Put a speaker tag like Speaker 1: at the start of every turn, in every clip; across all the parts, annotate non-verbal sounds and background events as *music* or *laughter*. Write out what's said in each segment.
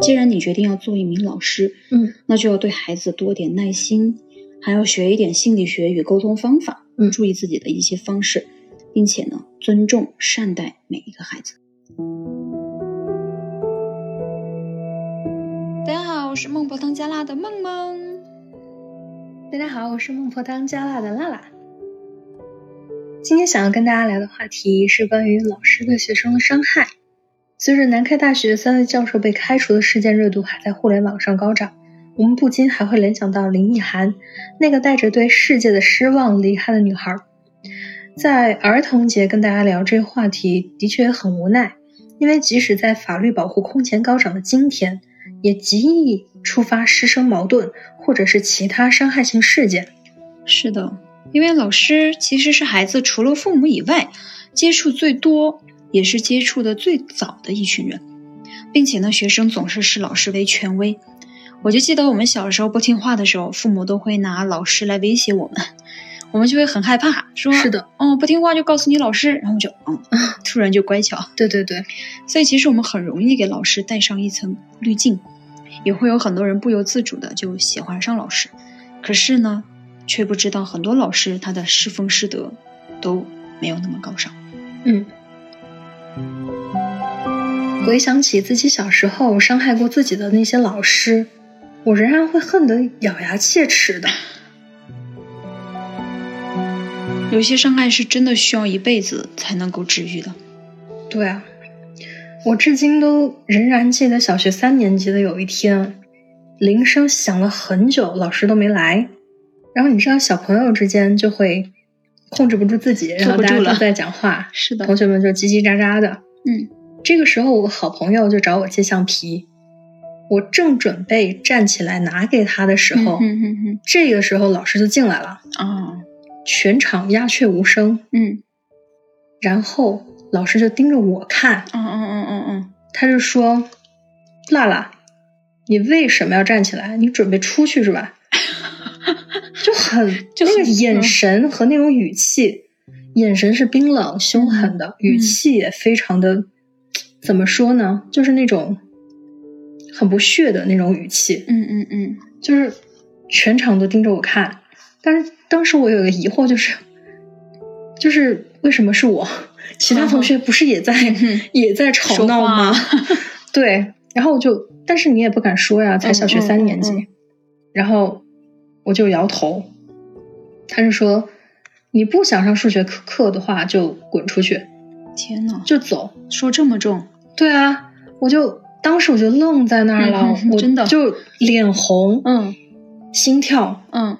Speaker 1: 既然你决定要做一名老师，
Speaker 2: 嗯
Speaker 1: 那就要对孩子多点耐心，还要学一点心理学与沟通方法，
Speaker 2: 嗯
Speaker 1: 注意自己的一些方式，并且呢，尊重善待每一个孩子。大家好，我是孟婆汤加辣的梦梦。
Speaker 2: 大家好，我是孟婆汤加辣的辣辣。今天想要跟大家聊的话题是关于老师对学生的伤害。随着南开大学三位教授被开除的事件热度还在互联网上高涨，我们不禁还会联想到林奕涵，那个带着对世界的失望离开的女孩。在儿童节跟大家聊这个话题，的确很无奈，因为即使在法律保护空前高涨的今天，也极易触发师生矛盾或者是其他伤害性事件。
Speaker 1: 是的，因为老师其实是孩子除了父母以外接触最多，也是接触的最早的一群人，并且呢，学生总是视老师为权威。我就记得我们小时候不听话的时候，父母都会拿老师来威胁我们，我们就会很害怕，说
Speaker 2: 是，的，
Speaker 1: 嗯，不听话就告诉你老师，然后就
Speaker 2: *laughs*
Speaker 1: 嗯，突然就乖巧。
Speaker 2: 对对对，
Speaker 1: 所以其实我们很容易给老师戴上一层滤镜，也会有很多人不由自主的就喜欢上老师。可是呢，却不知道很多老师他的师风师德都没有那么高尚。
Speaker 2: 嗯。回想起自己小时候伤害过自己的那些老师，我仍然会恨得咬牙切齿的。
Speaker 1: 有些伤害是真的需要一辈子才能够治愈的。
Speaker 2: 对啊，我至今都仍然记得小学三年级的有一天，铃声响了很久，老师都没来。然后你知道，小朋友之间就会控制不住自己，然
Speaker 1: 坐
Speaker 2: 后
Speaker 1: 不住
Speaker 2: 大家
Speaker 1: 了
Speaker 2: 都在讲话，
Speaker 1: 是的
Speaker 2: 同学们就叽叽喳喳的。
Speaker 1: 嗯，
Speaker 2: 这个时候，我好朋友就找我借橡皮，我正准备站起来拿给他的时
Speaker 1: 然
Speaker 2: 候
Speaker 1: 后，，嗯嗯
Speaker 2: 这个时候老师就进来了，
Speaker 1: 嗯，啊，
Speaker 2: 全场鸦雀无声。
Speaker 1: 嗯，
Speaker 2: 然后老师就盯着我看，
Speaker 1: 嗯嗯嗯嗯嗯，
Speaker 2: 他就说：“辣辣，你为什么要站起来？你准备出去是吧？”就很
Speaker 1: *laughs* 就
Speaker 2: 那个
Speaker 1: 很
Speaker 2: 眼
Speaker 1: 嗯
Speaker 2: 神和那种语气，眼神是冰冷凶狠的，语
Speaker 1: 嗯
Speaker 2: 气也非常的，怎么说呢？就是那种很不屑的那种语气，
Speaker 1: 嗯嗯嗯，
Speaker 2: 就是全场都盯着我看。但是当时我有个疑惑，就是就是为什么是我？其他同学不是也在
Speaker 1: 嗯
Speaker 2: *laughs* 也在吵闹吗
Speaker 1: 说？ *laughs*
Speaker 2: 对，然后我就，但是你也不敢说呀，才小学三年级。
Speaker 1: 嗯嗯嗯
Speaker 2: 然后我就摇头，他就说：“你不想上数学课课的话，就滚出去，
Speaker 1: 嗯天哪，
Speaker 2: 就走。
Speaker 1: 说这么重，”
Speaker 2: 对啊，我就当时我就愣在那儿了，
Speaker 1: 嗯嗯嗯
Speaker 2: 我
Speaker 1: 真的
Speaker 2: 就脸红，
Speaker 1: 嗯
Speaker 2: 心跳，
Speaker 1: 嗯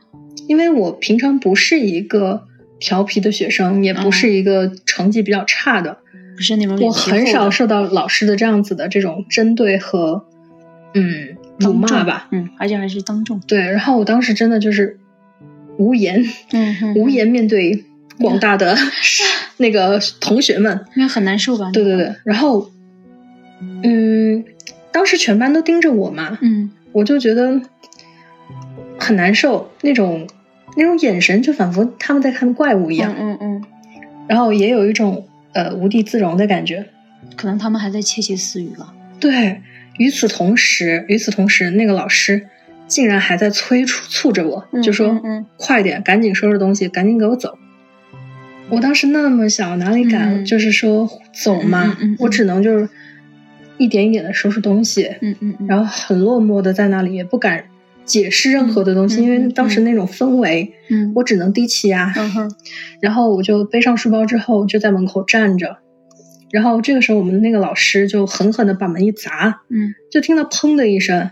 Speaker 2: 因为我平常不是一个调皮的学生，也不
Speaker 1: 嗯
Speaker 2: 是一个成绩比较差的，
Speaker 1: 不是那种脸
Speaker 2: 我
Speaker 1: 皮厚的嗯
Speaker 2: 很少受到老师的这样子的这种针对和嗯辱
Speaker 1: 当
Speaker 2: 骂
Speaker 1: 众
Speaker 2: 吧。，
Speaker 1: 嗯，而且还是当众，
Speaker 2: 对，然后我当时真的就是无言，
Speaker 1: 嗯嗯
Speaker 2: *laughs* 无言面对广大的 *laughs* 那个同学们。
Speaker 1: 因为很难受吧？
Speaker 2: 对对对，然后嗯，当时全班都盯着我嘛，
Speaker 1: 嗯，
Speaker 2: 我就觉得很难受，那种那种眼神就仿佛他们在看怪物一
Speaker 1: 嗯
Speaker 2: 样，
Speaker 1: 嗯嗯
Speaker 2: 然后也有一种呃无地自容的感觉。
Speaker 1: 嗯，可能他们还在窃窃私语吧。
Speaker 2: 对，与此同时，与此同时，那个老师竟然还在催促促着我，
Speaker 1: 嗯
Speaker 2: 就说：“
Speaker 1: 嗯嗯
Speaker 2: 快点，赶紧收拾东西，赶紧给我走。”我当时那么小，哪里敢、
Speaker 1: 嗯
Speaker 2: 就是说走嘛？
Speaker 1: 嗯嗯嗯嗯
Speaker 2: 我只能就是一点一点的收拾东西，
Speaker 1: 嗯嗯嗯，
Speaker 2: 然后很落寞的在那里，也不敢解释任何的东西，
Speaker 1: 嗯嗯
Speaker 2: 因
Speaker 1: 嗯
Speaker 2: 为当时那种氛围，
Speaker 1: 嗯
Speaker 2: 我只能低气压、
Speaker 1: 嗯哼
Speaker 2: 然后我就背上书包之后，就在门口站着。然后这个时候，我们那个老师就狠狠的把门一砸，
Speaker 1: 嗯
Speaker 2: 就听到砰的一声，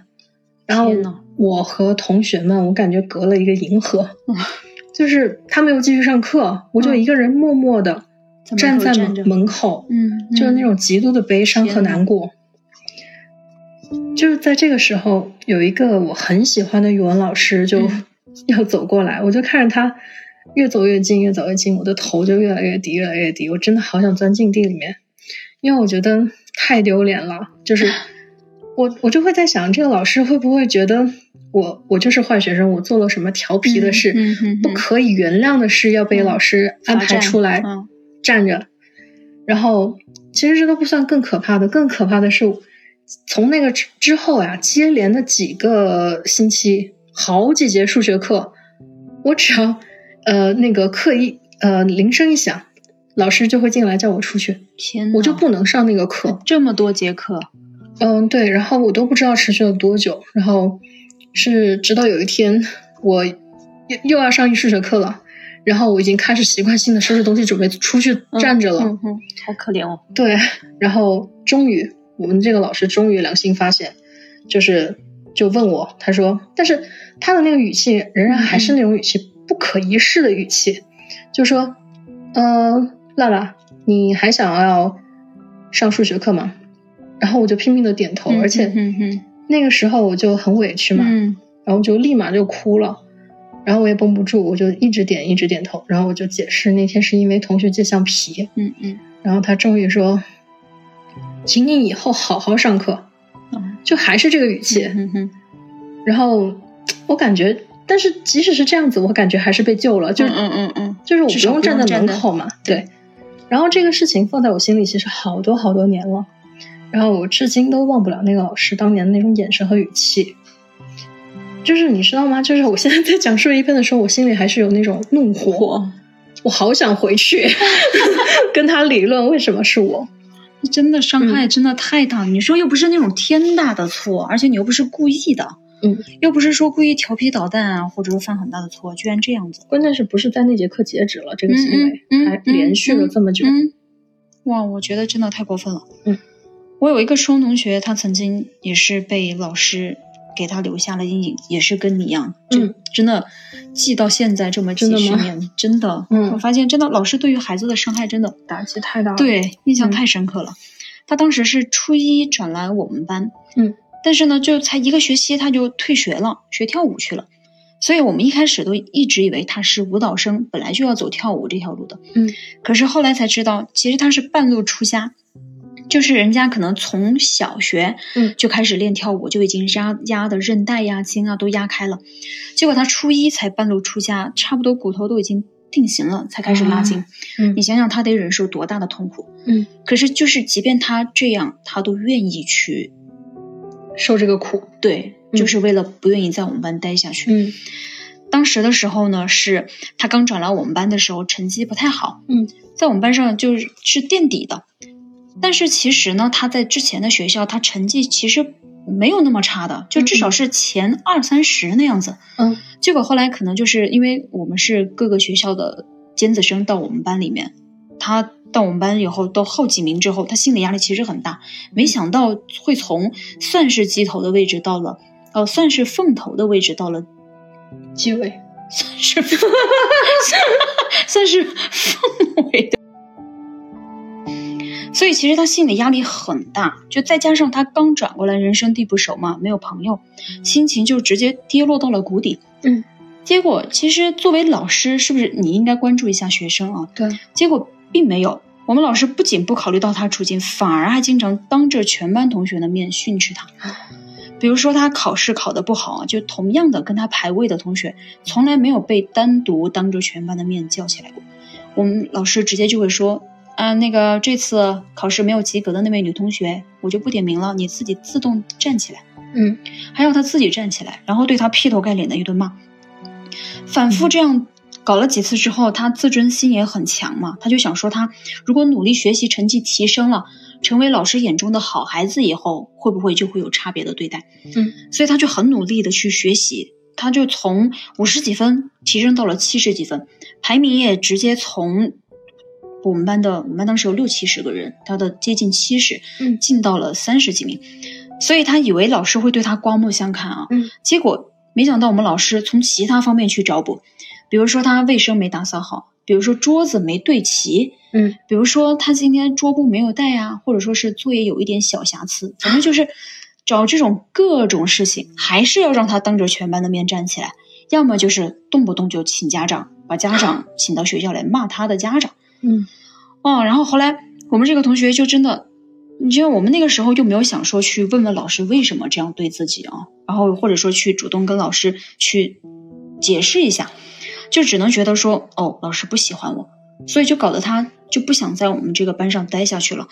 Speaker 2: 然后
Speaker 1: 天呐
Speaker 2: 我和同学们，我感觉隔了一个银河
Speaker 1: 嗯，
Speaker 2: 就是他们又继续上课，我就
Speaker 1: 嗯
Speaker 2: 一个人默默的
Speaker 1: 在门
Speaker 2: 站
Speaker 1: 口
Speaker 2: 在
Speaker 1: 站着
Speaker 2: 门门口，
Speaker 1: 嗯，
Speaker 2: 就是那种极度的悲伤和
Speaker 1: 天呐
Speaker 2: 难过。就是在这个时候，有一个我很喜欢的语文老师就
Speaker 1: 嗯
Speaker 2: *laughs* 要走过来，我就看着他越走越近，越走越近，我的头就越来越低，越来越低，我真的好想钻进地里面，因为我觉得太丢脸了。就是
Speaker 1: *laughs*
Speaker 2: 我，我就会在想，这个老师会不会觉得我，我就是坏学生，我做了什么调皮的事，
Speaker 1: 嗯嗯嗯嗯
Speaker 2: 不可以原谅的事，要被
Speaker 1: 嗯
Speaker 2: 老师安
Speaker 1: 罚
Speaker 2: 排
Speaker 1: 站
Speaker 2: 出来，
Speaker 1: 嗯
Speaker 2: 站着。然后，其实这都不算更可怕的，更可怕的是，从那个之之后啊，接连的几个星期，好几节数学课，我只要呃那个课一呃铃声一响，老师就会进来叫我出去，
Speaker 1: 天哪，
Speaker 2: 我就不能上那个课。
Speaker 1: 这么多节课，
Speaker 2: 嗯，对，然后我都不知道持续了多久，然后是直到有一天我又又要上数学课了，然后我已经开始习惯性的收拾东西准备出去
Speaker 1: 嗯
Speaker 2: 站着了，
Speaker 1: 嗯哼，好可怜哦。
Speaker 2: 对，然后终于我们这个老师终于良心发现，就是就问我，他说，但是他的那个语气仍然还是
Speaker 1: 嗯
Speaker 2: 那种语气，不可一世的语气，就说，呃，辣辣，你还想要上数学课吗？然后我就拼命的点头，而且
Speaker 1: 嗯哼
Speaker 2: 那个时候我就很委屈嘛，
Speaker 1: 嗯
Speaker 2: 然后就立马就哭了，然后我也绷不住，我就一直点一直点头，然后我就解释那天是因为同学借橡皮，
Speaker 1: 嗯嗯
Speaker 2: 然后他终于说：“请你以后好好上课。
Speaker 1: 嗯”
Speaker 2: 就还是这个语气。
Speaker 1: 嗯哼，
Speaker 2: 然后我感觉，但是即使是这样子，我感觉还是被救了，就、
Speaker 1: 嗯嗯嗯嗯，
Speaker 2: 就是我
Speaker 1: 至少
Speaker 2: 用
Speaker 1: 不用
Speaker 2: 站在
Speaker 1: 站
Speaker 2: 门
Speaker 1: 在嗯
Speaker 2: 口嘛。
Speaker 1: 对
Speaker 2: 对。然后这个事情放在我心里其实好多好多年了，然后我至今都忘不了那个老师当年的那种眼神和语气。就是你知道吗？就是我现在在讲述一遍的时候，我心里还是有那种怒火，
Speaker 1: 火，
Speaker 2: 我好想
Speaker 1: *laughs*
Speaker 2: 回去跟他理论为什么是我。
Speaker 1: 真的伤害真的太大了。你说又不是那种天大的错，而且你又不是故意的，
Speaker 2: 嗯，
Speaker 1: 又不是说故意调皮捣蛋啊，或者说犯很大的错，居然这样子，
Speaker 2: 关键是不是在那节课截止了这个行为，
Speaker 1: 嗯嗯嗯
Speaker 2: 还连续了这么久。
Speaker 1: 嗯，哇，我觉得真的太过分了。
Speaker 2: 嗯，
Speaker 1: 我有一个初中同学，他曾经也是被老师。给他留下了阴影，也是跟你一样，真、
Speaker 2: 嗯
Speaker 1: 真的记到现在这么
Speaker 2: 真
Speaker 1: 几
Speaker 2: 的
Speaker 1: 十
Speaker 2: 吗
Speaker 1: 年，真的，
Speaker 2: 嗯
Speaker 1: 我发现真的老师对于孩子的伤害真的
Speaker 2: 打击太大了。，
Speaker 1: 对，印象
Speaker 2: 嗯
Speaker 1: 太深刻了。他当时是初一转来我们班，
Speaker 2: 嗯，
Speaker 1: 但是呢，就才一个学期他就退学了，学跳舞去了。所以我们一开始都一直以为他是舞蹈生，本来就要走跳舞这条路的。
Speaker 2: 嗯，
Speaker 1: 可是后来才知道，其实他是半路出家，就是人家可能从小学
Speaker 2: 嗯
Speaker 1: 就开始练跳舞，就已经压压的韧带呀、筋啊都压开了。结果他初一才半路出家，差不多骨头都已经定型了，才开始拉筋。
Speaker 2: 嗯
Speaker 1: 你想想他得忍受多大的痛苦。
Speaker 2: 嗯，
Speaker 1: 可是就是即便他这样，他都愿意去，
Speaker 2: 受这个苦。
Speaker 1: 对，
Speaker 2: 嗯
Speaker 1: 就是为了不愿意在我们班待下去。
Speaker 2: 嗯
Speaker 1: 当时的时候呢，是他刚转来我们班的时候，成绩不太好，
Speaker 2: 嗯，
Speaker 1: 在我们班上就是是垫底的。但是其实呢，他在之前的学校，他成绩其实没有那么差的，就至少是前二三十那样子。
Speaker 2: 嗯
Speaker 1: 结果后来可能就是因为我们是各个学校的尖子生到我们班里面，他到我们班以后到后几名之后，他心理压力其实很大。没想到会从算是鸡头的位置到了，呃，算是凤头的位置到了，
Speaker 2: 鸡尾。
Speaker 1: 算是 *laughs* 算是凤尾的。所以其实他心理压力很大，就再加上他刚转过来，人生地不熟嘛，没有朋友，心情就直接跌落到了谷底。
Speaker 2: 嗯，
Speaker 1: 结果其实作为老师，是不是你应该关注一下学生啊？
Speaker 2: 对，
Speaker 1: 结果并没有。我们老师不仅不考虑到他处境，反而还经常当着全班同学的面训斥他。比如说他考试考得不好啊，就同样的跟他排位的同学，从来没有被单独当着全班的面叫起来过。我们老师直接就会说：“啊、那个这次考试没有及格的那位女同学，我就不点名了，你自己自动站起来。”
Speaker 2: 嗯
Speaker 1: 还要他自己站起来，然后对他劈头盖脸的一顿骂。反复这样搞了几次之后，他自尊心也很强嘛，他就想说他如果努力学习，成绩提升了，成为老师眼中的好孩子以后，会不会就会有差别的对待？
Speaker 2: 嗯，
Speaker 1: 所以他就很努力的去学习，他就从五十几分提升到了七十几分，排名也直接从。我们班的，我们班当时有六七十个人，他的接近七十，
Speaker 2: 嗯
Speaker 1: 进到了三十几名，所以他以为老师会对他刮目相看啊。
Speaker 2: 嗯
Speaker 1: 结果没想到我们老师从其他方面去找补，比如说他卫生没打扫好，比如说桌子没对齐，
Speaker 2: 嗯，
Speaker 1: 比如说他今天桌布没有带啊，或者说是作业有一点小瑕疵，反正就是找这种各种事情，还是要让他当着全班的面站起来，要么就是动不动就请家长，把家长请到学校来骂他的家长。
Speaker 2: 嗯
Speaker 1: 哦，然后后来我们这个同学就真的，你知道我们那个时候就没有想说去问问老师为什么这样对自己啊，然后或者说去主动跟老师去解释一下，就只能觉得说哦，老师不喜欢我，所以就搞得他就不想在我们这个班上待下去了。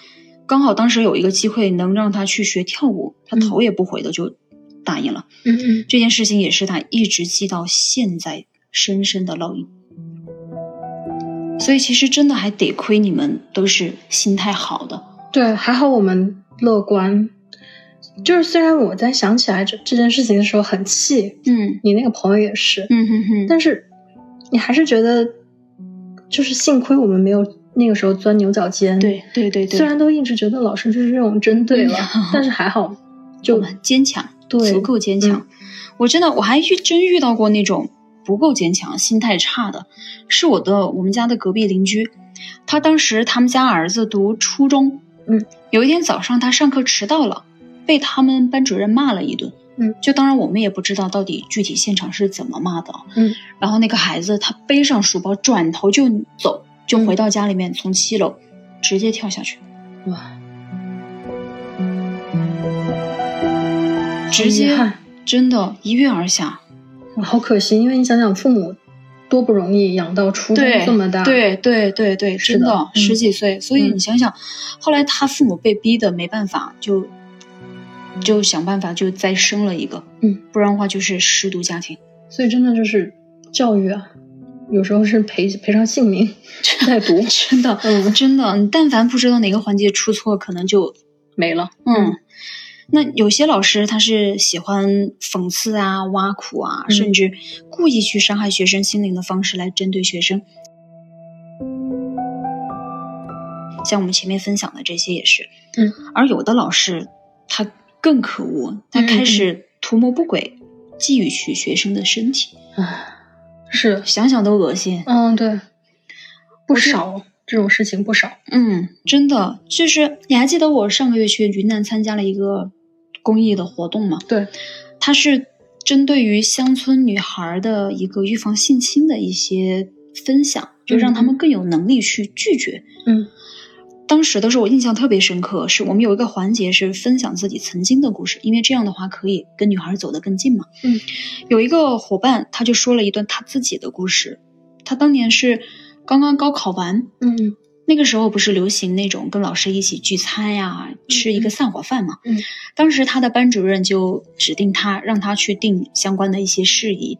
Speaker 1: 刚好当时有一个机会能让他去学跳舞，他头也不回的就答应了。
Speaker 2: 嗯嗯
Speaker 1: 这件事情也是他一直记到现在，深深的烙印。所以其实真的还得亏你们都是心态好的，
Speaker 2: 对，还好我们乐观。就是虽然我在想起来这这件事情的时候很气，
Speaker 1: 嗯
Speaker 2: 你那个朋友也是，
Speaker 1: 嗯哼哼，
Speaker 2: 但是你还是觉得，就是幸亏我们没有那个时候钻牛角尖。，
Speaker 1: 对对对对，
Speaker 2: 虽然都一直觉得老师就是这种针对了，
Speaker 1: 嗯
Speaker 2: 但是还好，
Speaker 1: 我
Speaker 2: 就
Speaker 1: 们坚强，
Speaker 2: 对嗯
Speaker 1: 足够坚强。我真的我还遇真遇到过那种不够坚强、心态差的，是我的我们家的隔壁邻居，他当时他们家儿子读初中，
Speaker 2: 嗯，
Speaker 1: 有一天早上他上课迟到了，被他们班主任骂了一顿。
Speaker 2: 嗯，
Speaker 1: 就当然我们也不知道到底具体现场是怎么骂的啊。
Speaker 2: 嗯，
Speaker 1: 然后那个孩子他背上书包转头就走，就
Speaker 2: 嗯
Speaker 1: 回到家里面，从七楼直接跳下去，
Speaker 2: 哇，
Speaker 1: 直接
Speaker 2: 好遗憾
Speaker 1: 真的一跃而下。
Speaker 2: 好可惜，因为你想想父母多不容易养到初中
Speaker 1: 对
Speaker 2: 这么大，，
Speaker 1: 对对对对，
Speaker 2: 是
Speaker 1: 真
Speaker 2: 的
Speaker 1: 的
Speaker 2: 嗯
Speaker 1: 十几岁，所以
Speaker 2: 嗯
Speaker 1: 你想想，后来他父母被逼的没办法，就就想办法就再生了一个，
Speaker 2: 嗯，
Speaker 1: 不然的话就是失独家庭。
Speaker 2: 所以真的就是教育啊，有时候是赔赔上性
Speaker 1: *laughs*
Speaker 2: 命再读，
Speaker 1: 真的，
Speaker 2: 嗯，
Speaker 1: 真的，你但凡不知道哪个环节出错，可能就
Speaker 2: 没了，
Speaker 1: 嗯。那有些老师他是喜欢讽刺啊、挖苦啊，
Speaker 2: 嗯
Speaker 1: 甚至故意去伤害学生心灵的方式来针对学生。像我们前面分享的这些也是，
Speaker 2: 嗯。
Speaker 1: 而有的老师他更可恶，他
Speaker 2: 嗯
Speaker 1: 开
Speaker 2: 嗯
Speaker 1: 始图谋不轨，觊觎取学生的身体，
Speaker 2: 唉，是，
Speaker 1: 想想都恶心。
Speaker 2: 嗯，对，不
Speaker 1: 我是
Speaker 2: 少这种事情不少，
Speaker 1: 嗯，真的，就是你还记得我上个月去云南参加了一个公益的活动吗？
Speaker 2: 对，
Speaker 1: 它是针对于乡村女孩的一个预防性侵的一些分享，就让她们更有能力去拒绝。
Speaker 2: 嗯
Speaker 1: 当时的时候，我印象特别深刻，是我们有一个环节是分享自己曾经的故事，因为这样的话可以跟女孩走得更近嘛。
Speaker 2: 嗯，
Speaker 1: 有一个伙伴他就说了一段他自己的故事，他当年是刚刚高考完，
Speaker 2: 嗯
Speaker 1: 那个时候不是流行那种跟老师一起聚餐呀、吃一个散伙饭嘛。
Speaker 2: 嗯，
Speaker 1: 当时他的班主任就指定他，让他去定相关的一些事宜，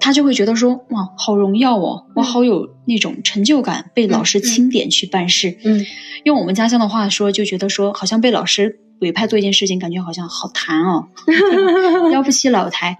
Speaker 1: 他就会觉得说，哇，好荣耀哦，我
Speaker 2: 嗯
Speaker 1: 好有那种成就感，被老师
Speaker 2: 嗯嗯
Speaker 1: 钦点去办事。
Speaker 2: 嗯
Speaker 1: 用我们家乡的话说，就觉得说，好像被老师委派做一件事情，感觉好像好谈哦，
Speaker 2: 嗯
Speaker 1: *laughs* 了不起老台。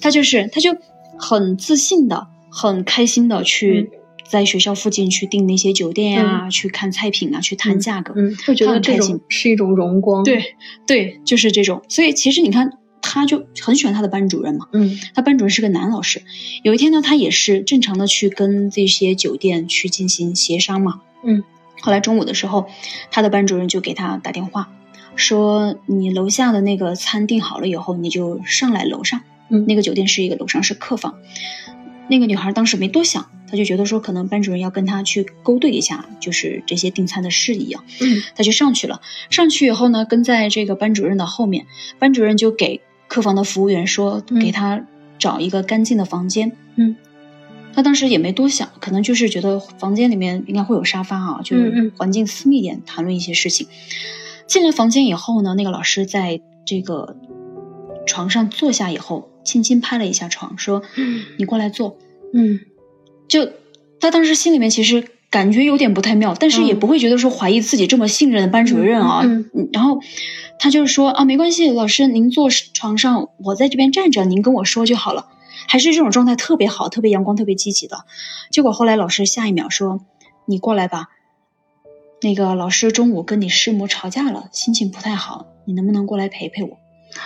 Speaker 1: 他就是，他就很自信的、很开心的去在学校附近去订那些酒店呀、去看菜品啊，去谈价格。
Speaker 2: 嗯，会觉
Speaker 1: 他
Speaker 2: 得
Speaker 1: 很
Speaker 2: 这
Speaker 1: 开心
Speaker 2: 种是一种荣光，，
Speaker 1: 对对，就是这种。所以其实你看，他就很喜欢他的班主任嘛。
Speaker 2: 嗯
Speaker 1: 他班主任是个男老师。有一天呢，他也是正常的去跟这些酒店去进行协商嘛。
Speaker 2: 嗯。
Speaker 1: 后来中午的时候，他的班主任就给他打电话，说你楼下的那个餐订好了以后，你就上来楼上。
Speaker 2: 嗯
Speaker 1: 那个酒店是一个楼上是客房。那个女孩当时没多想，她就觉得说可能班主任要跟她去勾兑一下，就是这些订餐的事宜啊。
Speaker 2: 嗯
Speaker 1: 他就上去了。上去以后呢，跟在这个班主任的后面，班主任就给客房的服务员说，
Speaker 2: 嗯
Speaker 1: 给他找一个干净的房间。
Speaker 2: 嗯，
Speaker 1: 他当时也没多想，可能就是觉得房间里面应该会有沙发啊，就
Speaker 2: 嗯
Speaker 1: 是
Speaker 2: 嗯
Speaker 1: 环境私密一点，谈论一些事情。进了房间以后呢，那个老师在这个床上坐下以后，轻轻拍了一下床，说
Speaker 2: 嗯：“
Speaker 1: 你过来坐。
Speaker 2: 嗯，”
Speaker 1: 就他当时心里面其实感觉有点不太妙，但是也
Speaker 2: 嗯
Speaker 1: 不会觉得说怀疑自己这么信任的班主任啊。
Speaker 2: 嗯
Speaker 1: 嗯然后他就说啊，没关系，老师您坐床上，我在这边站着，您跟我说就好了。还是这种状态特别好，特别阳光，特别积极的。结果后来老师下一秒说：“你过来吧，那个老师中午跟你师母吵架了，心情不太好，你能不能过来陪陪我？”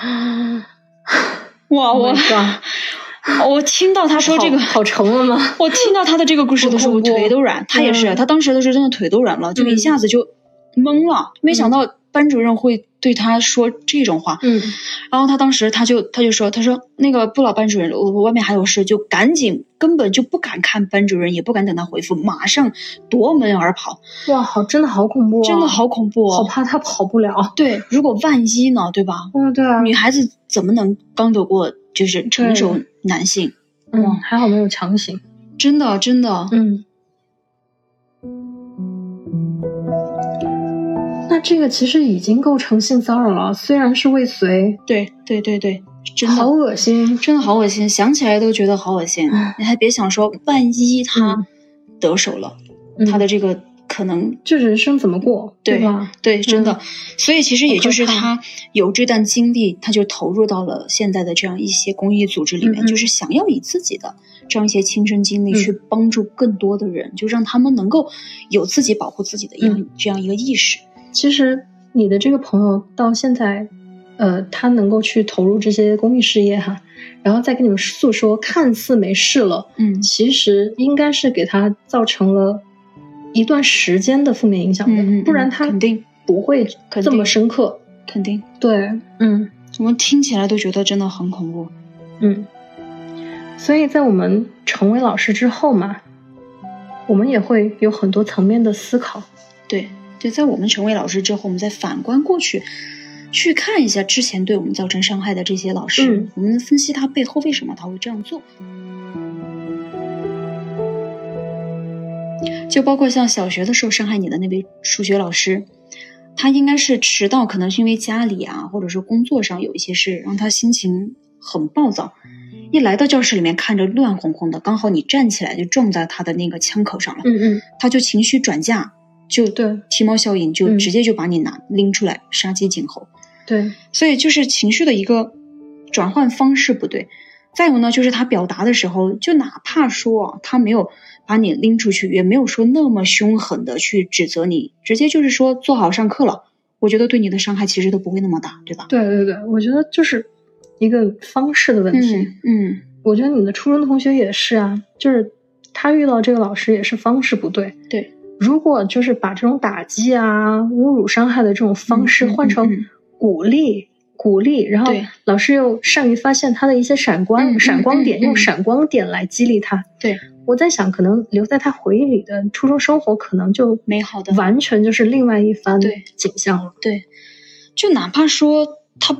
Speaker 2: 啊，
Speaker 1: 哇，
Speaker 2: 我
Speaker 1: 我我听到他说这个，
Speaker 2: 嗯好沉了吗？
Speaker 1: 我听到他的这个故事的时候，
Speaker 2: 好
Speaker 1: 我嗯
Speaker 2: 恐怖
Speaker 1: 腿都软。他也是，
Speaker 2: 嗯
Speaker 1: 他当时的时候真的腿都软了，就一下子就懵了，没想到班主任会对他说这种话。
Speaker 2: 嗯
Speaker 1: 然后他当时他就他就说，他说那个不老班主任，我我外面还有事，就赶紧，根本就不敢看班主任，也不敢等他回复，马上夺门而跑，
Speaker 2: 哇，好，真的好恐怖、啊，
Speaker 1: 真的好恐怖
Speaker 2: 好
Speaker 1: 哦。
Speaker 2: 怕他跑不了。
Speaker 1: 对，如果万一呢，对吧？
Speaker 2: 嗯，对啊，
Speaker 1: 女孩子怎么能刚得过就是成熟男性？
Speaker 2: 嗯，还好没有强行。
Speaker 1: 真的真
Speaker 2: 嗯
Speaker 1: 的，
Speaker 2: 嗯，那那这个其实已经构成性骚扰了，虽然是未遂，
Speaker 1: 对对对对，真
Speaker 2: 好
Speaker 1: 的
Speaker 2: 恶心。
Speaker 1: 真的好恶心，想起来都觉得好恶心
Speaker 2: 唉。
Speaker 1: 你还别想说，万一他得手了，
Speaker 2: 嗯
Speaker 1: 他的这个可能
Speaker 2: 这人生怎么过，
Speaker 1: 对
Speaker 2: 吧？
Speaker 1: 对，真的。所以其实也
Speaker 2: 嗯好可
Speaker 1: 就是
Speaker 2: 怕啊
Speaker 1: 他有这段经历，他就投入到了现在的这样一些公益组织里面，
Speaker 2: 嗯嗯
Speaker 1: 就是想要以自己的这样一些亲身经历
Speaker 2: 嗯
Speaker 1: 去帮助更多的人，就让他们能够有自己保护自己的一
Speaker 2: 嗯
Speaker 1: 样、这样一个意识。
Speaker 2: 其实你的这个朋友到现在，呃，他能够去投入这些公益事业哈，然后再跟你们诉说，看似没事了，
Speaker 1: 嗯
Speaker 2: 其实应该是给他造成了一段时间的负面影响的，
Speaker 1: 嗯嗯嗯
Speaker 2: 不然他
Speaker 1: 肯定
Speaker 2: 不会
Speaker 1: 肯
Speaker 2: 这么
Speaker 1: 定
Speaker 2: 深刻。
Speaker 1: 肯定，
Speaker 2: 对，嗯
Speaker 1: 我们听起来都觉得真的很恐怖。
Speaker 2: 嗯。所以在我们成为老师之后嘛，我们也会有很多层面的思考。
Speaker 1: 对对，在我们成为老师之后，我们再反观过去，去看一下之前对我们造成伤害的这些老师，
Speaker 2: 嗯
Speaker 1: 我们分析他背后为什么他会这样做。就包括像小学的时候伤害你的那位数学老师，他应该是迟到，可能是因为家里啊，或者说工作上有一些事，让他心情很暴躁。一来到教室里面，看着乱哄哄的，刚好你站起来就撞在他的那个枪口上了，
Speaker 2: 嗯嗯，
Speaker 1: 他就情绪转嫁，就
Speaker 2: 对
Speaker 1: 体毛效应，就
Speaker 2: 嗯
Speaker 1: 直接就把你拿、拎出来杀鸡儆猴。
Speaker 2: 对，
Speaker 1: 所以就是情绪的一个转换方式不对。再有呢，就是他表达的时候，就哪怕说啊他没有把你拎出去，也没有说那么凶狠的去指责你，直接就是说做好上课了。我觉得对你的伤害其实都不会那么大，对吧？
Speaker 2: 对对对，我觉得就是一个方式的问题。
Speaker 1: 嗯嗯，
Speaker 2: 我觉得你的初中同学也是啊，就是他遇到这个老师也是方式不对。
Speaker 1: 对，
Speaker 2: 如果就是把这种打击啊、侮辱、伤害的这种方式
Speaker 1: 嗯嗯
Speaker 2: 换
Speaker 1: 嗯
Speaker 2: 成
Speaker 1: 嗯
Speaker 2: 鼓励、鼓励，然后
Speaker 1: 对
Speaker 2: 老师又善于发现他的一些闪光、
Speaker 1: 嗯嗯
Speaker 2: 闪光
Speaker 1: 嗯
Speaker 2: 点，
Speaker 1: 嗯
Speaker 2: 用闪光点来激励他。
Speaker 1: 对，
Speaker 2: 我在想，可能留在他回忆里的初中生活，可能就
Speaker 1: 美好的
Speaker 2: 完全就是另外一番
Speaker 1: 对
Speaker 2: 景象了。
Speaker 1: 就哪怕说他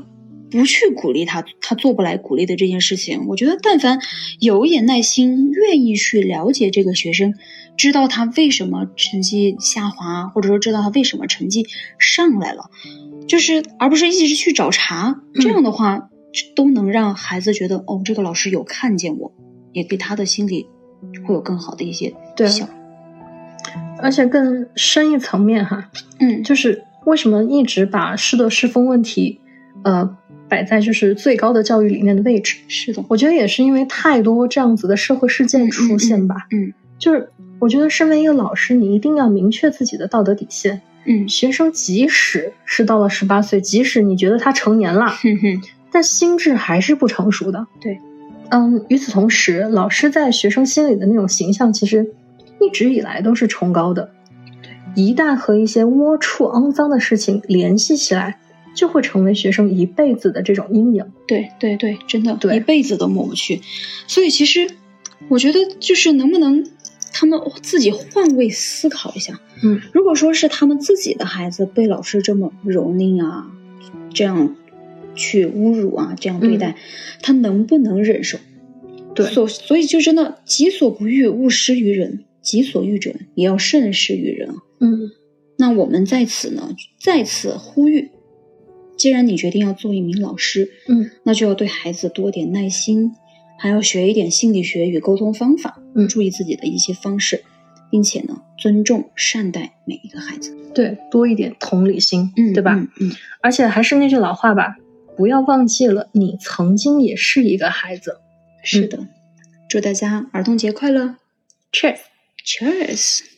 Speaker 1: 不去鼓励他，他做不来鼓励的这件事情，我觉得但凡有一点耐心，愿意去了解这个学生，知道他为什么成绩下滑，或者说知道他为什么成绩上来了，就是而不是一直去找茬，
Speaker 2: 嗯
Speaker 1: 这样的话、都能让孩子觉得哦，这个老师有看见我，也给他的心理会有更好的一些
Speaker 2: 对啊
Speaker 1: 效。
Speaker 2: 而且更深一层面哈，
Speaker 1: 嗯，
Speaker 2: 就是为什么一直把师德师风问题，呃，摆在就是最高的教育理念的位置？
Speaker 1: 是的，
Speaker 2: 我觉得也是因为太多这样子的社会事件出现吧。
Speaker 1: 嗯嗯
Speaker 2: 就是我觉得身为一个老师，你一定要明确自己的道德底线。
Speaker 1: 嗯，
Speaker 2: 学生即使是到了十八岁，即使你觉得他成年了，
Speaker 1: 哼
Speaker 2: *laughs*
Speaker 1: 哼，
Speaker 2: 但心智还是不成熟的。
Speaker 1: 对，
Speaker 2: 嗯，与此同时，老师在学生心里的那种形象，其实一直以来都是崇高的。一旦和一些龌龊、肮脏的事情联系起来，就会成为学生一辈子的这种阴影。
Speaker 1: 对对对，真的，
Speaker 2: 对
Speaker 1: 一辈子都抹不去。所以其实，我觉得就是能不能他们自己换位思考一下，
Speaker 2: 嗯，
Speaker 1: 如果说是他们自己的孩子被老师这么蹂躏啊，这样去侮辱啊，这样对待，他能不能忍受？
Speaker 2: 嗯对
Speaker 1: 所所以就真的己所不欲，勿施于人；己所欲者，也要慎施于人啊。
Speaker 2: 嗯，
Speaker 1: 那我们在此呢，再次呼吁，既然你决定要做一名老师，
Speaker 2: 嗯，
Speaker 1: 那就要对孩子多点耐心，还要学一点心理学与沟通方法，
Speaker 2: 嗯
Speaker 1: 注意自己的一些方式，并且呢，尊重善待每一个孩子，
Speaker 2: 对，多一点同理心，
Speaker 1: 嗯，
Speaker 2: 对吧？
Speaker 1: 嗯嗯，
Speaker 2: 而且还是那句老话吧，不要忘记了你曾经也是一个孩子。嗯
Speaker 1: 是的，祝大家儿童节快乐
Speaker 2: Cheers。
Speaker 1: ，Cheers。